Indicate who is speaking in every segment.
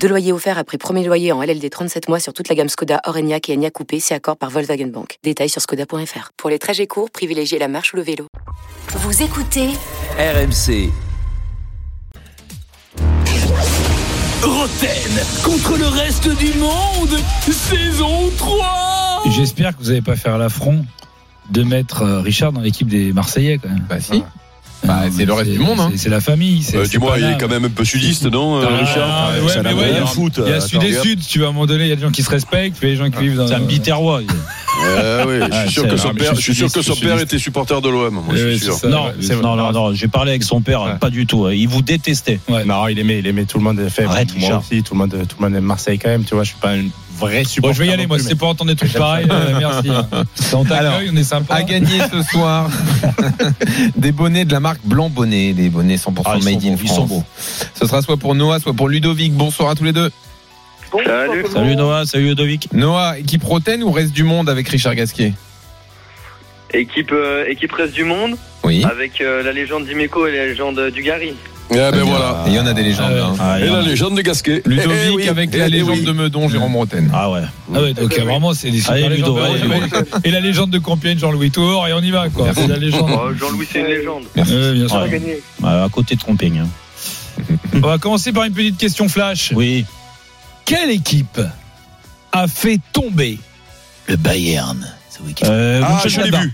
Speaker 1: Deux loyers offerts après premier loyer en LLD 37 mois sur toute la gamme Skoda, Orenia et Enya Coupé, si accord par Volkswagen Bank. Détails sur skoda.fr. Pour les trajets courts, privilégiez la marche ou le vélo.
Speaker 2: Vous écoutez
Speaker 3: RMC. Roten contre le reste du monde, saison 3
Speaker 4: J'espère que vous n'allez pas faire l'affront de mettre euh, Richard dans l'équipe des Marseillais quand même.
Speaker 5: Bah si.
Speaker 4: Euh,
Speaker 5: Bah, c'est le reste du monde, hein.
Speaker 4: C'est, c'est la famille. C'est,
Speaker 6: Euh,
Speaker 4: c'est
Speaker 6: Dis-moi,
Speaker 4: pas
Speaker 6: il est
Speaker 4: là.
Speaker 6: quand même un peu sudiste, non, euh,
Speaker 4: Ah,
Speaker 6: Richard
Speaker 4: ouais,
Speaker 6: Ça
Speaker 4: mais
Speaker 6: n'a
Speaker 4: ouais,
Speaker 6: rien
Speaker 4: il y a-
Speaker 6: à foutre,
Speaker 4: Il y a
Speaker 6: euh,
Speaker 4: sud et
Speaker 6: attends,
Speaker 4: sud, tu vas à un moment donné, il y a des gens qui se respectent, puis il y a des gens qui vivent dans.
Speaker 7: C'est un biterrois.
Speaker 6: Euh, oui, je
Speaker 7: Ah,
Speaker 6: suis sûr
Speaker 7: c'est-
Speaker 6: que
Speaker 7: non,
Speaker 6: son
Speaker 7: mais
Speaker 6: père,
Speaker 7: je
Speaker 6: je suis
Speaker 7: suis
Speaker 6: sûr que son
Speaker 7: sudiste,
Speaker 6: père
Speaker 7: sudiste.
Speaker 6: était supporter de l'OM. moi, je
Speaker 4: Ouais,
Speaker 6: suis
Speaker 4: ouais, Eh
Speaker 6: sûr.
Speaker 4: c'est ça.
Speaker 7: Non,
Speaker 4: Ouais,
Speaker 7: c'est- non, non, non, j'ai parlé avec son père,
Speaker 5: Ouais.
Speaker 7: pas du tout. Il vous détestait.
Speaker 4: Ouais.
Speaker 8: Euh, Non, il aimait, il aimait tout le monde. Fait,
Speaker 7: Arrête,
Speaker 8: moi
Speaker 7: Richard.
Speaker 8: aussi, tout le monde, tout le monde aime Marseille quand même. Tu vois, je suis pas un vrai
Speaker 4: Bon,
Speaker 8: supporter.
Speaker 4: je vais y aller,
Speaker 8: non
Speaker 4: moi,
Speaker 8: plus,
Speaker 4: c'est
Speaker 8: mais-
Speaker 4: pas entendre des trucs pareils. euh, merci. On t'accueille, on est sympa.
Speaker 5: À gagner ce soir des bonnets de la marque Blanc Bonnet, des bonnets 100%
Speaker 7: Ah, ils sont
Speaker 5: made in
Speaker 7: beaux, ils
Speaker 5: France.
Speaker 7: sont beaux.
Speaker 5: Ce sera soit pour Noah, soit pour Ludovic. Bonsoir à tous les deux.
Speaker 7: Salut Noah, salut Ludovic.
Speaker 5: Noah, équipe Roten ou reste du monde avec Richard Gasquet
Speaker 9: Équipe, euh, équipe reste du monde
Speaker 5: Oui.
Speaker 9: avec euh, la légende d'Imeco et la légende euh, Dugarry.
Speaker 6: Eh ben voilà.
Speaker 5: Et Il y en a des légendes.
Speaker 4: Ah,
Speaker 5: hein.
Speaker 7: Ah,
Speaker 6: Et
Speaker 7: il-
Speaker 6: la légende de Gasquet.
Speaker 5: Ludovic
Speaker 6: Eh oui,
Speaker 5: avec
Speaker 6: eh
Speaker 5: la légende
Speaker 6: oui.
Speaker 5: de Meudon, Jérôme
Speaker 4: Mm.
Speaker 5: Roten.
Speaker 7: ah ouais.
Speaker 4: Ah ouais, donc
Speaker 9: Oui, oui.
Speaker 4: vraiment, c'est des super
Speaker 7: Allez,
Speaker 4: légendes.
Speaker 7: Ludo, allez,
Speaker 4: Ouais, Et la légende de Compiègne, Jean-Louis Tour, et on y va, quoi. C'est la légende.
Speaker 9: Oh, Jean-Louis, c'est une légende.
Speaker 4: Ouais, bien sûr.
Speaker 7: Ouais.
Speaker 9: Gagné.
Speaker 7: Ouais, à côté de Compiègne. hein.
Speaker 4: On va commencer par une petite question flash.
Speaker 7: Oui.
Speaker 4: Quelle équipe a fait tomber
Speaker 7: Le Bayern. Ce week-end.
Speaker 4: euh,
Speaker 6: Ah, je l'ai
Speaker 4: Mönchengladbach
Speaker 6: vu.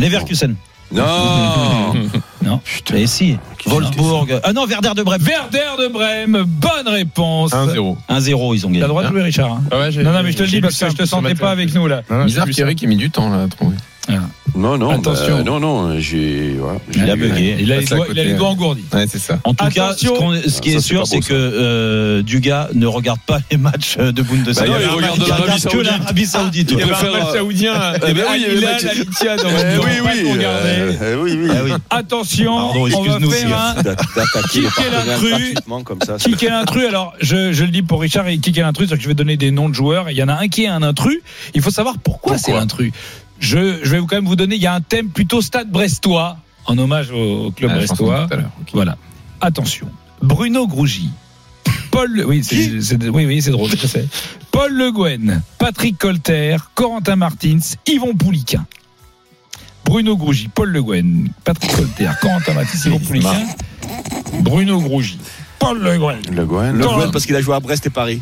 Speaker 7: Leverkusen.
Speaker 4: Oh,
Speaker 6: Non.
Speaker 7: Mais si. Wolfsburg. Ah non, Werder de Brême.
Speaker 4: Werder de Brême, bonne réponse.
Speaker 5: 1-0.
Speaker 7: 1-0, ils ont
Speaker 4: T'as le
Speaker 7: gagné.
Speaker 4: droit de jouer, Richard. hein.
Speaker 5: Ah ouais, j'ai-
Speaker 4: Ah. Non, non, mais je te le
Speaker 5: j'ai
Speaker 4: dis
Speaker 5: lu
Speaker 4: parce
Speaker 5: ça
Speaker 4: que je te
Speaker 5: ce
Speaker 4: sentais
Speaker 5: matin.
Speaker 4: pas avec nous, là.
Speaker 5: Bizarre qu'Eric ait mis du temps là, à trouver.
Speaker 6: Non, non.
Speaker 4: Attention.
Speaker 6: bah, non, non. J'ai. ouais,
Speaker 7: Il a
Speaker 6: j'ai-
Speaker 7: bugué.
Speaker 4: Il a les
Speaker 5: Passe à
Speaker 4: doigts, il a les
Speaker 5: côté. hein.
Speaker 4: doigts engourdis.
Speaker 5: Ouais, c'est ça.
Speaker 7: En tout
Speaker 4: Attention.
Speaker 7: cas, ce, qu'on- ce qui est
Speaker 6: Ah, ça, c'est
Speaker 7: sûr,
Speaker 6: pas
Speaker 7: c'est
Speaker 6: beau,
Speaker 7: que euh, Dugas ne regarde pas les matchs de Bundesliga.
Speaker 6: Bah non, il regarde
Speaker 7: il
Speaker 6: l'Arabie
Speaker 7: regarde que
Speaker 6: Saoudite.
Speaker 7: l'Arabie Saoudite.
Speaker 6: Il
Speaker 7: ouais.
Speaker 6: préfère-
Speaker 4: saoudien. euh,
Speaker 6: Eh ben oui, il y avait
Speaker 4: il a
Speaker 6: Mathieu.
Speaker 4: la Litia dans
Speaker 6: Eh
Speaker 4: le
Speaker 6: oui,
Speaker 4: dans le
Speaker 6: oui.
Speaker 4: regard.
Speaker 6: euh, eh oui, oui.
Speaker 7: Ah oui.
Speaker 4: Attention,
Speaker 7: Pardon,
Speaker 4: on va
Speaker 7: excuse-nous,
Speaker 4: faire un
Speaker 10: d'attaquer
Speaker 4: Qui est l'intrus
Speaker 10: comme ça.
Speaker 4: Qui est l'intrus Alors, je, je le dis pour Richard et qui est l'intrus, c'est-à-dire que je vais donner des noms de joueurs. Il y en a un qui est un intrus. Il faut savoir pourquoi, c'est l'intrus. Je, je vais quand même vous donner. Il y a un thème plutôt stade brestois en hommage au, au club
Speaker 5: Ah, je pense
Speaker 4: brestois.
Speaker 5: tout à l'heure.
Speaker 4: Voilà. Attention. Bruno Grougy. Paul, oui, c'est, c'est- oui, oui, c'est drôle, je sais. Paul Le Guen, Patrick Colter, Corentin Martins, Yvon Pouliquin. Bruno Grougy, Paul Le Guen, Patrick Colter, Corentin Martins, Yvon Pouliquin. Bruno Grougy, Paul Le Guen.
Speaker 6: Le Gouin.
Speaker 10: Le
Speaker 4: Non.
Speaker 10: Gouel, parce qu'il a joué à Brest et Paris.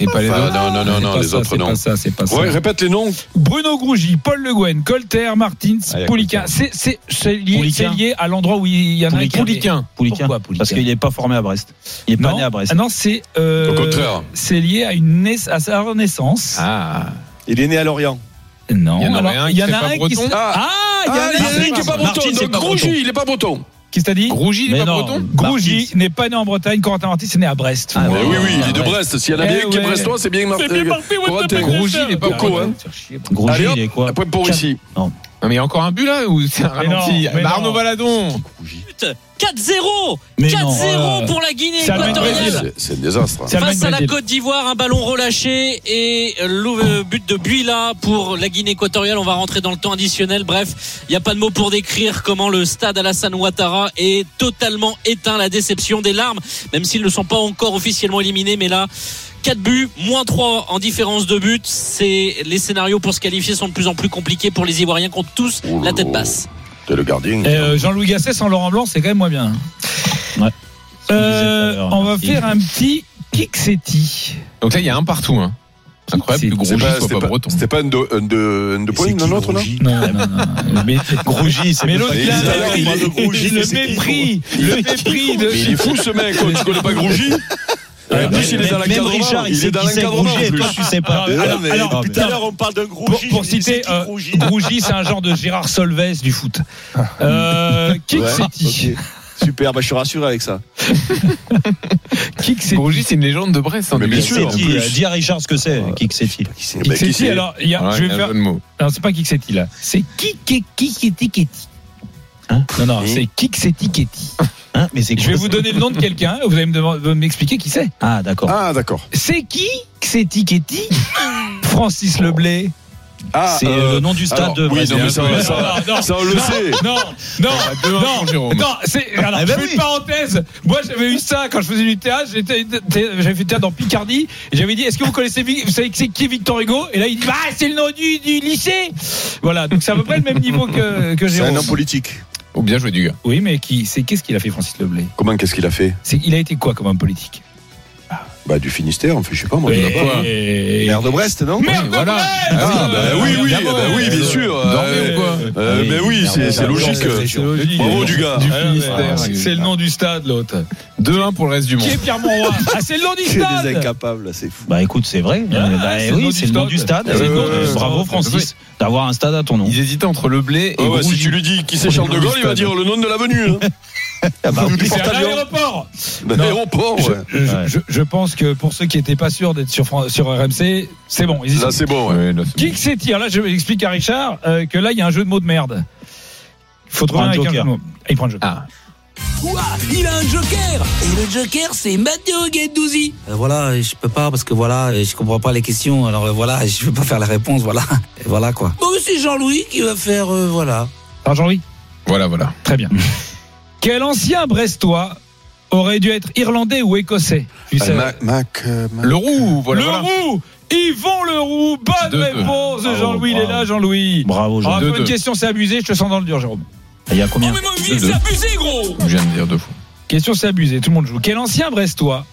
Speaker 5: Et pas les
Speaker 6: Non,
Speaker 5: autres.
Speaker 6: non, non, non, non,
Speaker 4: C'est
Speaker 6: les
Speaker 4: pas ça,
Speaker 6: autres
Speaker 4: c'est
Speaker 6: non.
Speaker 4: pas ça, c'est pas ça.
Speaker 6: Ouais, répète les noms.
Speaker 4: Bruno Grougy, Paul Le Guen, Colter, Martins,
Speaker 10: Ah, il y a
Speaker 4: Pouliquin. C'est, c'est, c'est lié,
Speaker 7: Pouliquen.
Speaker 4: c'est lié à l'endroit où il y en a un qui est-
Speaker 5: Pouliquin.
Speaker 7: Pouliquen.
Speaker 4: Pourquoi Pouliquen
Speaker 7: Parce qu'il n'est pas formé à Brest. Il n'est pas
Speaker 4: Non,
Speaker 7: né à Brest.
Speaker 4: ah non, c'est euh,
Speaker 6: Au contraire.
Speaker 4: C'est lié à une naiss- à sa renaissance.
Speaker 5: Ah.
Speaker 10: Il est né à Lorient.
Speaker 4: Non.
Speaker 5: Il y en aurait
Speaker 4: alors,
Speaker 5: un
Speaker 4: il y
Speaker 5: qui
Speaker 4: en
Speaker 5: serait
Speaker 4: a
Speaker 5: pas
Speaker 4: un qui
Speaker 5: breton.
Speaker 4: s- Ah, il y en a
Speaker 6: Ah,
Speaker 4: un qui-
Speaker 6: Eric est pas breton.
Speaker 7: Martin, c'est
Speaker 6: Donc
Speaker 7: pas
Speaker 6: Grougy,
Speaker 7: breton.
Speaker 6: il est pas breton.
Speaker 4: Qu'est-ce que t'as dit
Speaker 5: Rougi, il
Speaker 7: Mais
Speaker 5: est pas
Speaker 7: non.
Speaker 5: breton
Speaker 4: Grougy n'est pas né en Bretagne. Corentin Marty, c'est né à Brest.
Speaker 7: Ah,
Speaker 6: Eh
Speaker 7: ouais.
Speaker 6: oui, oui, il est de
Speaker 7: Ouais.
Speaker 6: Brest. S'il y en a
Speaker 4: Eh
Speaker 6: bien qui est
Speaker 4: ouais.
Speaker 6: brestois, c'est bien Martin. Corentin.
Speaker 5: Grougy, il est pas
Speaker 6: Coco, hein.
Speaker 7: Grougy,
Speaker 6: Allez, hop,
Speaker 7: il est quoi
Speaker 6: Un point pour ici.
Speaker 5: Non, mais il y a encore un but là ou c'est un
Speaker 4: Mais non,
Speaker 5: ralenti
Speaker 4: mais
Speaker 5: Bah,
Speaker 4: non.
Speaker 5: Arnaud Valadon
Speaker 11: 4-0
Speaker 7: Mais non. Euh,
Speaker 11: 4-0 pour la Guinée
Speaker 4: Ça m'étonne.
Speaker 11: équatoriale
Speaker 6: C'est- C'est un désastre.
Speaker 4: C'est
Speaker 11: Face à la
Speaker 4: Allemagne-Brésil.
Speaker 11: Côte d'Ivoire, un ballon relâché et le euh, but de Buila pour la Guinée équatoriale. On va rentrer dans le temps additionnel. Bref, il n'y a pas de mots pour décrire comment le stade Alassane Ouattara est totalement éteint. La déception des larmes, même s'ils ne sont pas encore officiellement éliminés. Mais là, 4 buts, moins 3 en différence de but. C'est les scénarios pour se qualifier sont de plus en plus compliqués pour les Ivoiriens qui ont tous
Speaker 6: Ouh
Speaker 11: la
Speaker 6: là
Speaker 11: tête
Speaker 6: là.
Speaker 11: basse.
Speaker 6: T'es le gardien.
Speaker 4: Et, euh, Jean-Louis Gasset sans Laurent Blanc, c'est quand même moins bien.
Speaker 7: Ouais. Ce qu'on disait tout
Speaker 4: Euh,
Speaker 7: à l'heure,
Speaker 4: on va
Speaker 7: merci.
Speaker 4: faire un petit Kixetti.
Speaker 5: Donc là, il y a un partout. Hein. C'est incroyable que
Speaker 6: C'est
Speaker 5: Grougy
Speaker 6: pas-
Speaker 5: soit
Speaker 6: C'était
Speaker 5: pas
Speaker 6: pas,
Speaker 5: breton.
Speaker 6: c'était pas un de, un de, un de points,
Speaker 10: C'est qui,
Speaker 6: non, l'autre, non
Speaker 10: Grougy
Speaker 4: Non, non, non. Mais,
Speaker 7: Grougy, c'est
Speaker 4: mais
Speaker 7: pas-
Speaker 4: l'autre,
Speaker 6: Mais
Speaker 4: il a
Speaker 6: tout à l'heure, on parle de
Speaker 4: le
Speaker 10: Grougy, mais c'est qui,
Speaker 4: mépris, le mépris de.
Speaker 6: Mais il est fou ce mec, quoi. tu connais pas Grougy Et En plus, il est dans
Speaker 7: Même même Richard,
Speaker 6: l'encadrement.
Speaker 7: il
Speaker 6: Il
Speaker 7: sait
Speaker 6: est dans
Speaker 7: qui c'est
Speaker 6: l'encadrement.
Speaker 7: Grougy
Speaker 6: en
Speaker 7: et toi,
Speaker 6: plus.
Speaker 7: tu sais pas.
Speaker 10: Ah,
Speaker 4: Alors,
Speaker 10: mais
Speaker 4: alors,
Speaker 10: depuis tout
Speaker 4: non.
Speaker 10: à l'heure, on parle d'un
Speaker 4: Pour,
Speaker 10: Grougy.
Speaker 4: pour
Speaker 10: je dis, c'est
Speaker 4: citer
Speaker 10: qui,
Speaker 4: euh,
Speaker 10: Grougy
Speaker 4: Grougy, c'est un genre de Gérard Solvès du foot. Euh, Kixetti.
Speaker 10: Ouais, ok. Super, bah, je suis rassuré avec ça.
Speaker 4: Kixetti.
Speaker 5: Grougy, c'est une légende de Brest. hein,
Speaker 6: Mais
Speaker 5: depuis-
Speaker 6: bien sûr.
Speaker 7: C'est qui
Speaker 6: en plus.
Speaker 7: Dis à Richard ce que c'est. Qui que c'est-il
Speaker 6: Eh ben, qui
Speaker 4: Kixetti,
Speaker 6: c'est
Speaker 4: alors, il y a-
Speaker 5: Voilà,
Speaker 4: je vais
Speaker 5: il y a un
Speaker 4: faire.
Speaker 5: jeu de mots.
Speaker 4: Non, c'est pas Kixetti là. C'est Kiketi Keti.
Speaker 11: Hein
Speaker 4: Non, non, c'est Kiksetiketi.
Speaker 11: Hein Mais c'est
Speaker 4: Je vais vous donner le nom de quelqu'un, vous allez me demander- vous m'expliquer qui c'est.
Speaker 11: Ah, d'accord.
Speaker 6: Ah, d'accord.
Speaker 4: C'est qui Kiksetiketi Francis Leblay.
Speaker 6: Ah,
Speaker 11: C'est
Speaker 6: euh,
Speaker 11: le nom du stade
Speaker 6: alors,
Speaker 11: de
Speaker 6: Oui,
Speaker 11: Brest.
Speaker 6: non, mais ça,
Speaker 4: Non,
Speaker 6: ça,
Speaker 4: non, non,
Speaker 6: ça, on le sait. Ah,
Speaker 4: Non, non, non, non, c'est. Alors,
Speaker 11: Eh ben
Speaker 4: je fais
Speaker 11: oui.
Speaker 4: une parenthèse. Moi, j'avais eu ça quand je faisais du théâtre. J'étais, j'avais fait du théâtre dans Picardie. Et j'avais dit, est-ce que vous connaissez, Vi- vous savez que c'est qui Victor Hugo Et là, il dit, bah, c'est le nom du, du lycée. Voilà, donc c'est à peu près le même niveau que que
Speaker 6: C'est un
Speaker 4: Jérôme.
Speaker 6: homme politique.
Speaker 5: Ou bien joué du gars.
Speaker 4: Oui, mais qui, c'est qu'est-ce qu'il a fait Francis Leblay
Speaker 6: Comment, qu'est-ce qu'il a fait
Speaker 4: C'est, il a été quoi comme homme politique Eh,
Speaker 6: Bah, du Finistère, on fait, je sais pas, moi. de
Speaker 4: Et-
Speaker 6: là-bas.
Speaker 4: et-
Speaker 6: Maire de Brest, non
Speaker 4: Merde,
Speaker 5: voilà.
Speaker 4: eh. Brest
Speaker 6: Ah, bah oui, oui,
Speaker 4: évidemment,
Speaker 6: bah oui, bien
Speaker 4: euh,
Speaker 6: sûr.
Speaker 5: Dormez
Speaker 6: euh,
Speaker 5: ou quoi
Speaker 6: euh, ben oui, c'est c'est logique.
Speaker 4: logique.
Speaker 6: Bravo, du gars.
Speaker 4: Ah, ouais,
Speaker 5: Finistère.
Speaker 4: ouais, C'est le nom du stade, l'autre.
Speaker 5: 2-1 pour le reste du monde.
Speaker 4: Qui est Pierre Monroy Ah, c'est le nom du
Speaker 6: C'est des
Speaker 4: stade
Speaker 6: incapables, c'est fou.
Speaker 11: Bah écoute, c'est vrai.
Speaker 4: Ah,
Speaker 11: Euh, bah,
Speaker 4: c'est
Speaker 11: eh
Speaker 4: le nom
Speaker 11: oui,
Speaker 4: du
Speaker 11: c'est le nom
Speaker 4: stade.
Speaker 11: du stade.
Speaker 4: C'est le nom
Speaker 11: Euh,
Speaker 4: du
Speaker 11: Bravo
Speaker 4: stade.
Speaker 11: Francis d'avoir un stade à ton nom.
Speaker 5: Ils hésitaient entre le blé et
Speaker 6: Ah ouais, si
Speaker 5: Grougy.
Speaker 6: tu lui dis qui c'est Charles de Gaulle, il va dire le nom de l'avenue. Hein. Il
Speaker 4: C'est
Speaker 6: porte
Speaker 4: à
Speaker 6: à Lyon.
Speaker 4: l'aéroport
Speaker 6: Bah, L'aéroport, ouais.
Speaker 4: Je- je, je pense que pour ceux qui n'étaient pas sûrs d'être sur, Fran- sur RMC, c'est bon. Ils y sont.
Speaker 6: Là, c'est bon, ouais.
Speaker 5: Ouais, là, c'est
Speaker 4: Qui que c'est tir Là, je explique à Richard euh, que là, il y a un jeu de mots de merde. Il faut trouver un
Speaker 11: Prends un
Speaker 4: avec un jeu de
Speaker 11: joker.
Speaker 4: mots. Ah, il prend le jeu.
Speaker 5: Ah.
Speaker 12: Quoi Il a un joker Et le joker, c'est Matteo Guendouzi
Speaker 13: Euh, voilà, je peux pas parce que voilà, euh, je comprends pas les questions. Alors euh, voilà, je peux pas faire la réponse. Voilà, Et voilà quoi. Oh,
Speaker 12: Bon, c'est Jean-Louis
Speaker 13: Qui va faire euh, voilà
Speaker 4: Alors, Jean-Louis
Speaker 5: Voilà, voilà.
Speaker 4: Très bien. Quel ancien Brestois aurait dû être irlandais ou écossais Tu sais.
Speaker 6: Ma- Mac, euh, Mac-
Speaker 5: Le roux, Ah, voilà. voilà.
Speaker 4: Leroux Yvon Leroux Bonne
Speaker 5: Deux, Ah, deux.
Speaker 4: réponse de
Speaker 11: Bravo,
Speaker 4: Jean-Louis. Il est
Speaker 11: bravo.
Speaker 4: là, Jean-Louis.
Speaker 11: Bravo
Speaker 4: Ah,
Speaker 11: Jean.
Speaker 4: pour
Speaker 5: Deux,
Speaker 4: une
Speaker 5: deux.
Speaker 4: question, c'est abusé. Je te sens dans le dur, Jérôme.
Speaker 11: Il y a combien
Speaker 12: mais mon
Speaker 5: vieux, c'est
Speaker 12: abusé, gros
Speaker 5: Je viens de dire deux fois.
Speaker 4: Question, c'est abusé. Tout le monde joue. Quel ancien Brestois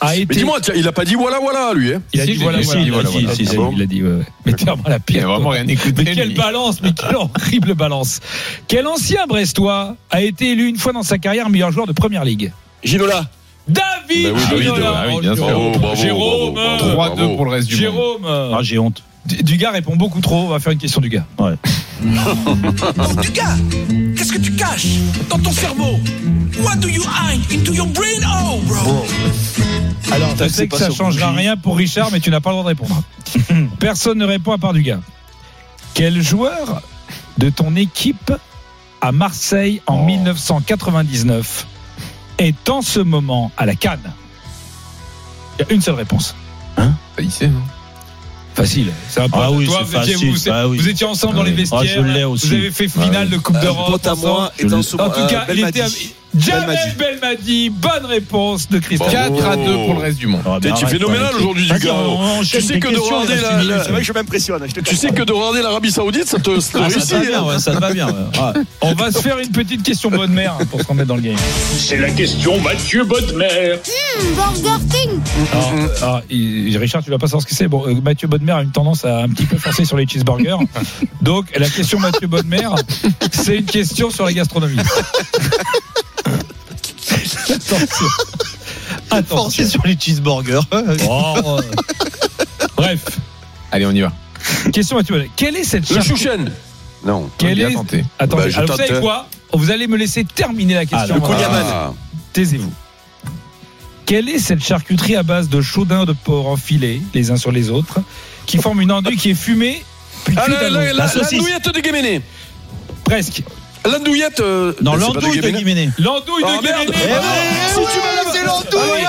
Speaker 4: a été.
Speaker 6: Mais dis-moi, tiens, il a pas dit voilà, voilà, lui. Hein.
Speaker 4: Il a
Speaker 5: Si,
Speaker 4: dit
Speaker 5: je l'ai
Speaker 4: voilà,
Speaker 5: dit,
Speaker 4: voilà, voilà,
Speaker 5: si, voilà,
Speaker 4: voilà.
Speaker 5: voilà.
Speaker 4: Si, si,
Speaker 6: Ah bon
Speaker 4: il a dit, ouais, ouais. Mais t'es vraiment la
Speaker 5: Il a
Speaker 4: pire.
Speaker 5: vraiment
Speaker 4: quoi.
Speaker 5: rien écouté.
Speaker 4: Mais quelle
Speaker 5: lui.
Speaker 4: balance, mais quelle horrible balance. Quel ancien Brestois a été élu une fois dans sa carrière meilleur joueur de première ligue
Speaker 6: Ginola.
Speaker 4: David
Speaker 6: Bah oui, David,
Speaker 4: Ginola.
Speaker 5: bah oui, bien sûr.
Speaker 4: Jérôme,
Speaker 6: Bravo, bravo,
Speaker 4: Jérôme,
Speaker 6: bravo, bravo.
Speaker 5: 3-2 pour le reste du monde.
Speaker 4: Jérôme.
Speaker 11: Ah, j'ai honte.
Speaker 4: Du- Dugas répond beaucoup trop. On va faire une question du gars.
Speaker 12: Du gars Oh, Qu'est-ce que tu caches dans ton cerveau What do you hide into your brain, oh, bro
Speaker 4: Alors, je
Speaker 6: Putain,
Speaker 4: sais
Speaker 6: c'est
Speaker 4: que
Speaker 6: pas
Speaker 4: ça
Speaker 6: sur
Speaker 4: changera
Speaker 6: Gilles.
Speaker 4: rien pour Richard, mais tu n'as pas le droit de répondre. Personne ne répond à part du gars. Quel joueur de ton équipe à Marseille en
Speaker 11: Oh.
Speaker 4: 1999 est en ce moment à la Cannes Il y a une seule réponse.
Speaker 5: Bah, Il sait, non
Speaker 4: Facile. C'est un
Speaker 11: Hein Ah
Speaker 4: pote.
Speaker 11: oui,
Speaker 4: Toi,
Speaker 11: c'est
Speaker 4: vous étiez-
Speaker 11: facile.
Speaker 4: vous- vous-
Speaker 11: Ah oui.
Speaker 4: vous étiez ensemble dans
Speaker 11: Ah
Speaker 4: les
Speaker 11: oui. Ah,
Speaker 4: vestiaires.
Speaker 11: je l'ai aussi.
Speaker 4: Vous avez fait
Speaker 5: Ah
Speaker 4: finale
Speaker 5: oui.
Speaker 4: de Coupe d'Europe.
Speaker 6: Pote à moi
Speaker 4: ensemble.
Speaker 6: est en ce
Speaker 4: En tout cas, il était
Speaker 6: Belmadi.
Speaker 4: à- Jamel
Speaker 6: Belmadi.
Speaker 4: Belmadi. Bonne réponse de Christophe.
Speaker 5: 4 à 2 pour le reste du monde.
Speaker 11: Ah,
Speaker 6: T'es
Speaker 11: mais
Speaker 6: tu es
Speaker 11: arrête,
Speaker 6: phénoménal
Speaker 11: arrête.
Speaker 6: aujourd'hui, du
Speaker 11: Vas-y,
Speaker 6: gars.
Speaker 11: on- on
Speaker 6: Tu
Speaker 11: enchaîne
Speaker 6: sais
Speaker 11: les
Speaker 6: que de
Speaker 11: questions, il
Speaker 6: regarder
Speaker 11: reste
Speaker 6: la-
Speaker 11: une minute.
Speaker 6: la- je m'impressionne. Tu sais que de regarder l'Arabie Saoudite, ça te ça te
Speaker 11: Ah, ça
Speaker 6: réussit.
Speaker 11: te va bien,
Speaker 6: hein.
Speaker 11: ouais, ça te va bien. ouais. Ah,
Speaker 4: On va se faire une petite question bonne mère hein, pour se remettre dans le game.
Speaker 12: C'est la question Mathieu Bodmer
Speaker 4: Alors, alors, il- Richard, tu vas pas savoir ce que c'est. Bon, euh, Mathieu Bodmer a une tendance à un petit peu forcer sur les cheeseburgers. Donc, la question Mathieu Bodmer, c'est une question sur la gastronomie. Attention.
Speaker 11: Forcé
Speaker 4: Attention.
Speaker 11: sur les cheeseburgers.
Speaker 4: Oh, euh. Bref,
Speaker 5: Allez, on y va.
Speaker 4: question Mathieu Bodmer. Quelle est cette
Speaker 6: Le
Speaker 4: charcuterie
Speaker 6: chouchen. Non.
Speaker 4: Quelle
Speaker 5: bien
Speaker 4: est...
Speaker 5: tenté.
Speaker 4: Attendez,
Speaker 6: Bah, je
Speaker 4: alors, vous savez
Speaker 6: tente. Ah,
Speaker 4: quoi Vous allez me laisser terminer la question.
Speaker 11: le
Speaker 4: Voilà. Taisez-vous. Quelle est cette charcuterie à base de chaudin de porc enfilés les uns sur les autres, qui forme une andouille qui est fumée, puis
Speaker 6: Ah,
Speaker 4: cuite
Speaker 6: la,
Speaker 4: à
Speaker 6: la,
Speaker 4: l'eau
Speaker 6: la,
Speaker 11: La saucisse.
Speaker 6: l'andouillette de Guéméné.
Speaker 4: Presque.
Speaker 6: L'andouillette. euh,
Speaker 11: Non,
Speaker 6: mais c'est pas de
Speaker 11: l'andouille de
Speaker 6: Guéméné.
Speaker 11: Guiméné.
Speaker 4: L'andouille
Speaker 6: Oh,
Speaker 4: de Ah,
Speaker 6: merde.
Speaker 4: Guéméné.
Speaker 6: Eh Si tu m'enlèves- Alors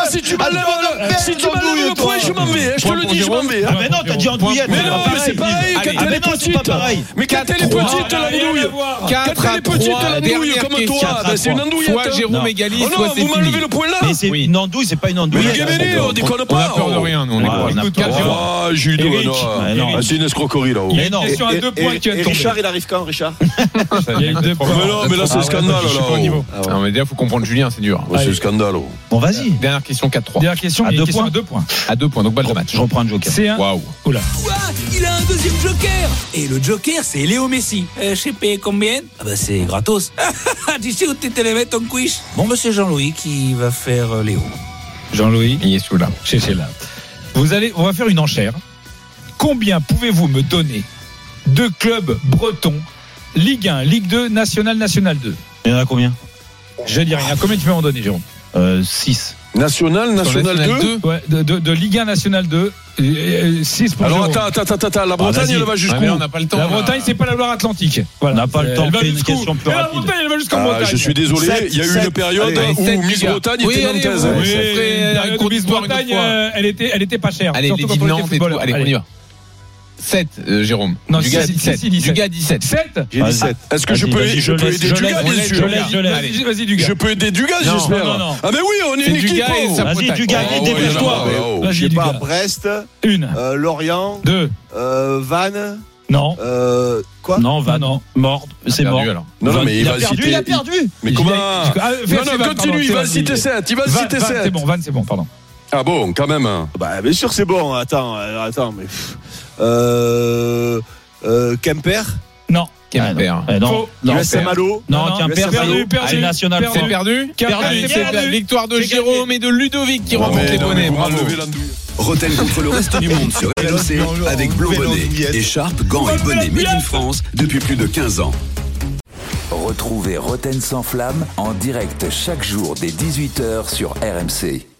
Speaker 6: là, si tu m'enlèves le- si tu m'enlèves le point, je m'en vais. hein, Je te le dis, je m'en vais. hein.
Speaker 11: Ah, mais non, t'as dit andouillette.
Speaker 6: Mais non, mais c'est pareil,
Speaker 11: Allez,
Speaker 6: quand
Speaker 11: ah,
Speaker 6: elle
Speaker 11: mais
Speaker 6: est
Speaker 11: non, c'est pas
Speaker 6: petite.
Speaker 11: pareil.
Speaker 6: Mais quand elle est
Speaker 4: Non,
Speaker 6: petite,
Speaker 4: non, rien à
Speaker 6: l'andouille.
Speaker 4: voir.
Speaker 6: Quand
Speaker 5: 4
Speaker 6: elle
Speaker 5: à
Speaker 6: est petite,
Speaker 5: 3.
Speaker 6: l'andouille,
Speaker 5: dernière
Speaker 6: comme
Speaker 5: question.
Speaker 6: toi, ben, c'est une andouillette.
Speaker 5: Soit Jérôme
Speaker 11: Non.
Speaker 5: égalise,
Speaker 6: Oh
Speaker 5: soit
Speaker 6: non,
Speaker 5: c'est
Speaker 6: vous m'enlevez
Speaker 5: fini.
Speaker 6: le point là.
Speaker 11: Mais c'est
Speaker 5: Oui.
Speaker 11: une andouille, c'est pas une
Speaker 6: Mais
Speaker 11: andouille.
Speaker 6: le Guéméné, on déconne
Speaker 5: On a
Speaker 6: pas.
Speaker 5: peur de rien, nous. On est
Speaker 11: Ouais,
Speaker 5: courageux.
Speaker 11: on a
Speaker 4: Coup de
Speaker 11: peur.
Speaker 4: quatre, Jérôme.
Speaker 6: Ah, Judo,
Speaker 4: Eric.
Speaker 6: non.
Speaker 11: Ouais, non.
Speaker 6: Ah, c'est une escroquerie là-haut.
Speaker 4: Il y a
Speaker 11: Mais non.
Speaker 4: une question à deux points qui a tombé.
Speaker 6: il arrive quand, Richard
Speaker 4: Il y a eu deux points.
Speaker 6: Mais non, mais là, c'est
Speaker 4: Ah
Speaker 6: le
Speaker 4: ouais,
Speaker 6: scandale
Speaker 4: je suis pas au
Speaker 6: là-haut.
Speaker 4: niveau.
Speaker 6: Ah ouais.
Speaker 5: Non, mais déjà, faut comprendre Julien, c'est dur.
Speaker 6: Ouais, C'est le scandale. oh.
Speaker 11: Bon, vas-y.
Speaker 5: Dernière question, 4-3.
Speaker 4: Dernière question,
Speaker 11: À
Speaker 4: il y a une
Speaker 11: deux
Speaker 4: question
Speaker 11: points.
Speaker 4: à deux points.
Speaker 5: À 2 points, donc balle de match.
Speaker 11: Je reprends le joker.
Speaker 4: C'est un.
Speaker 5: Waouh.
Speaker 4: Oula.
Speaker 12: Quoi Ah, Il a un deuxième joker Et le joker, c'est Léo Messi. Euh, je sais pas combien Ah,
Speaker 13: Ah bah c'est gratos.
Speaker 12: Tu sais où t'es allé mettre ton quiche
Speaker 13: Bon bah c'est Jean-Louis qui va faire euh, Léo.
Speaker 4: Jean-Louis,
Speaker 5: Il est sous là.
Speaker 4: chez là. Vous allez, on va faire une enchère. Combien pouvez-vous me donner de clubs bretons, Ligue 1, Ligue 2, National, National 2
Speaker 11: Il y en a combien
Speaker 4: Je dis rien. Combien tu peux m'en donner, Jérôme
Speaker 11: 6.
Speaker 6: National, National 2
Speaker 4: Ouais, de, de, de Ligue 1 National 2. euh, euh, 6 pour
Speaker 6: Alors
Speaker 4: zéro.
Speaker 6: attends, attends, attends, attends, la Bretagne,
Speaker 4: vas-y.
Speaker 6: elle va jusqu'où
Speaker 4: Ah, mais on n'a pas le temps,
Speaker 6: La
Speaker 4: là.
Speaker 6: Bretagne,
Speaker 4: c'est pas la Loire-Atlantique. Voilà. Euh,
Speaker 9: On n'a pas le temps,
Speaker 4: Elle va
Speaker 9: fais une
Speaker 4: jusqu'où
Speaker 9: question plus
Speaker 4: Mais la
Speaker 9: rapide.
Speaker 4: Bretagne, elle va jusqu'en
Speaker 6: Ah,
Speaker 4: Bretagne.
Speaker 6: je suis désolé,
Speaker 4: Sept,
Speaker 6: il y a eu
Speaker 4: sept.
Speaker 6: une période
Speaker 4: Allez,
Speaker 6: où
Speaker 4: sept,
Speaker 6: Miss
Speaker 4: Liga.
Speaker 6: Bretagne
Speaker 4: Oui,
Speaker 6: était
Speaker 4: allez,
Speaker 6: nantaise.
Speaker 4: oui,
Speaker 6: Ouais,
Speaker 4: oui,
Speaker 6: ça ferait,
Speaker 4: oui,
Speaker 6: euh,
Speaker 4: la période où Miss
Speaker 6: victoire une
Speaker 4: Bretagne,
Speaker 6: fois.
Speaker 4: euh, elle était, elle était pas chère.
Speaker 5: Allez,
Speaker 4: surtout
Speaker 5: Ah, les
Speaker 4: quand on était
Speaker 5: Nantes et tout.
Speaker 4: footballeur.
Speaker 5: Allez, on y va. 7, euh, Jérôme.
Speaker 4: Non,
Speaker 5: Dugas,
Speaker 4: si, si,
Speaker 5: 17.
Speaker 4: si, si, dix-sept.
Speaker 5: Dugas, 17.
Speaker 4: 7
Speaker 6: J'ai 17. Est-ce que je peux, je peux aider Dugas, Ah, bien sûr
Speaker 4: Je laisse, vas-y, Dugas.
Speaker 6: Je peux aider Dugas,
Speaker 4: Non,
Speaker 6: j'espère.
Speaker 4: non, non.
Speaker 6: Ah, mais oui, on est
Speaker 4: C'est
Speaker 6: une équipe.
Speaker 4: Dugas et
Speaker 6: oh.
Speaker 4: sa Vas-y, Bretagne. Dugas, vite,
Speaker 6: ouais,
Speaker 4: dépêche-toi.
Speaker 6: ouais, ouais, ouais.
Speaker 4: Vas-y,
Speaker 11: Je sais pas,
Speaker 4: Lucas.
Speaker 11: Brest,
Speaker 4: Une.
Speaker 11: euh, Lorient,
Speaker 4: Deux.
Speaker 11: euh, Vannes.
Speaker 4: Non.
Speaker 11: Euh, quoi
Speaker 9: Non, va, non. Mort. C'est mort.
Speaker 6: Non, non,
Speaker 9: Va-
Speaker 6: mais il
Speaker 9: il a
Speaker 6: va
Speaker 9: perdu,
Speaker 6: citer-
Speaker 9: il a perdu.
Speaker 6: Mais
Speaker 4: Je
Speaker 6: comment
Speaker 4: l'ai- je- ah, fais- c'est
Speaker 6: Non, non,
Speaker 4: Van, pardon,
Speaker 6: continue, il
Speaker 4: c'est
Speaker 6: va
Speaker 4: Van,
Speaker 6: citer
Speaker 4: il-
Speaker 6: 7. Il va
Speaker 4: Van,
Speaker 6: citer
Speaker 4: Van, C'est
Speaker 6: 7.
Speaker 4: bon, Van, c'est bon, pardon.
Speaker 6: Ah bon, quand même. hein.
Speaker 11: Bah, bien sûr, c'est bon. Attends, euh, attends, mais. pff. Euh, euh, Quimper.
Speaker 4: Ah, Non.
Speaker 5: Quimper.
Speaker 9: Eh,
Speaker 4: Faux.
Speaker 9: non, non,
Speaker 11: US Saint-Malo.
Speaker 9: Non,
Speaker 4: Non,
Speaker 9: qu'un
Speaker 11: non,
Speaker 9: père,
Speaker 11: perdu,
Speaker 9: c'est-
Speaker 4: perdu,
Speaker 9: c'est national.
Speaker 4: perdu.
Speaker 9: C'est
Speaker 5: Perdu
Speaker 4: Perdu.
Speaker 5: C'est la victoire de
Speaker 4: C'est gagné.
Speaker 5: Jérôme et de Ludovic qui
Speaker 6: Non,
Speaker 5: remportent
Speaker 6: mais-
Speaker 5: les
Speaker 6: non, mais
Speaker 5: bonnets.
Speaker 6: on va
Speaker 5: Bravo.
Speaker 6: lever la douille.
Speaker 14: Roten contre le reste du monde sur LOC avec blanc bonnet, écharpe, gants et bonnet made in France depuis plus de 15 ans.
Speaker 15: Retrouvez Roten sans flamme en direct chaque jour dès 18h sur RMC.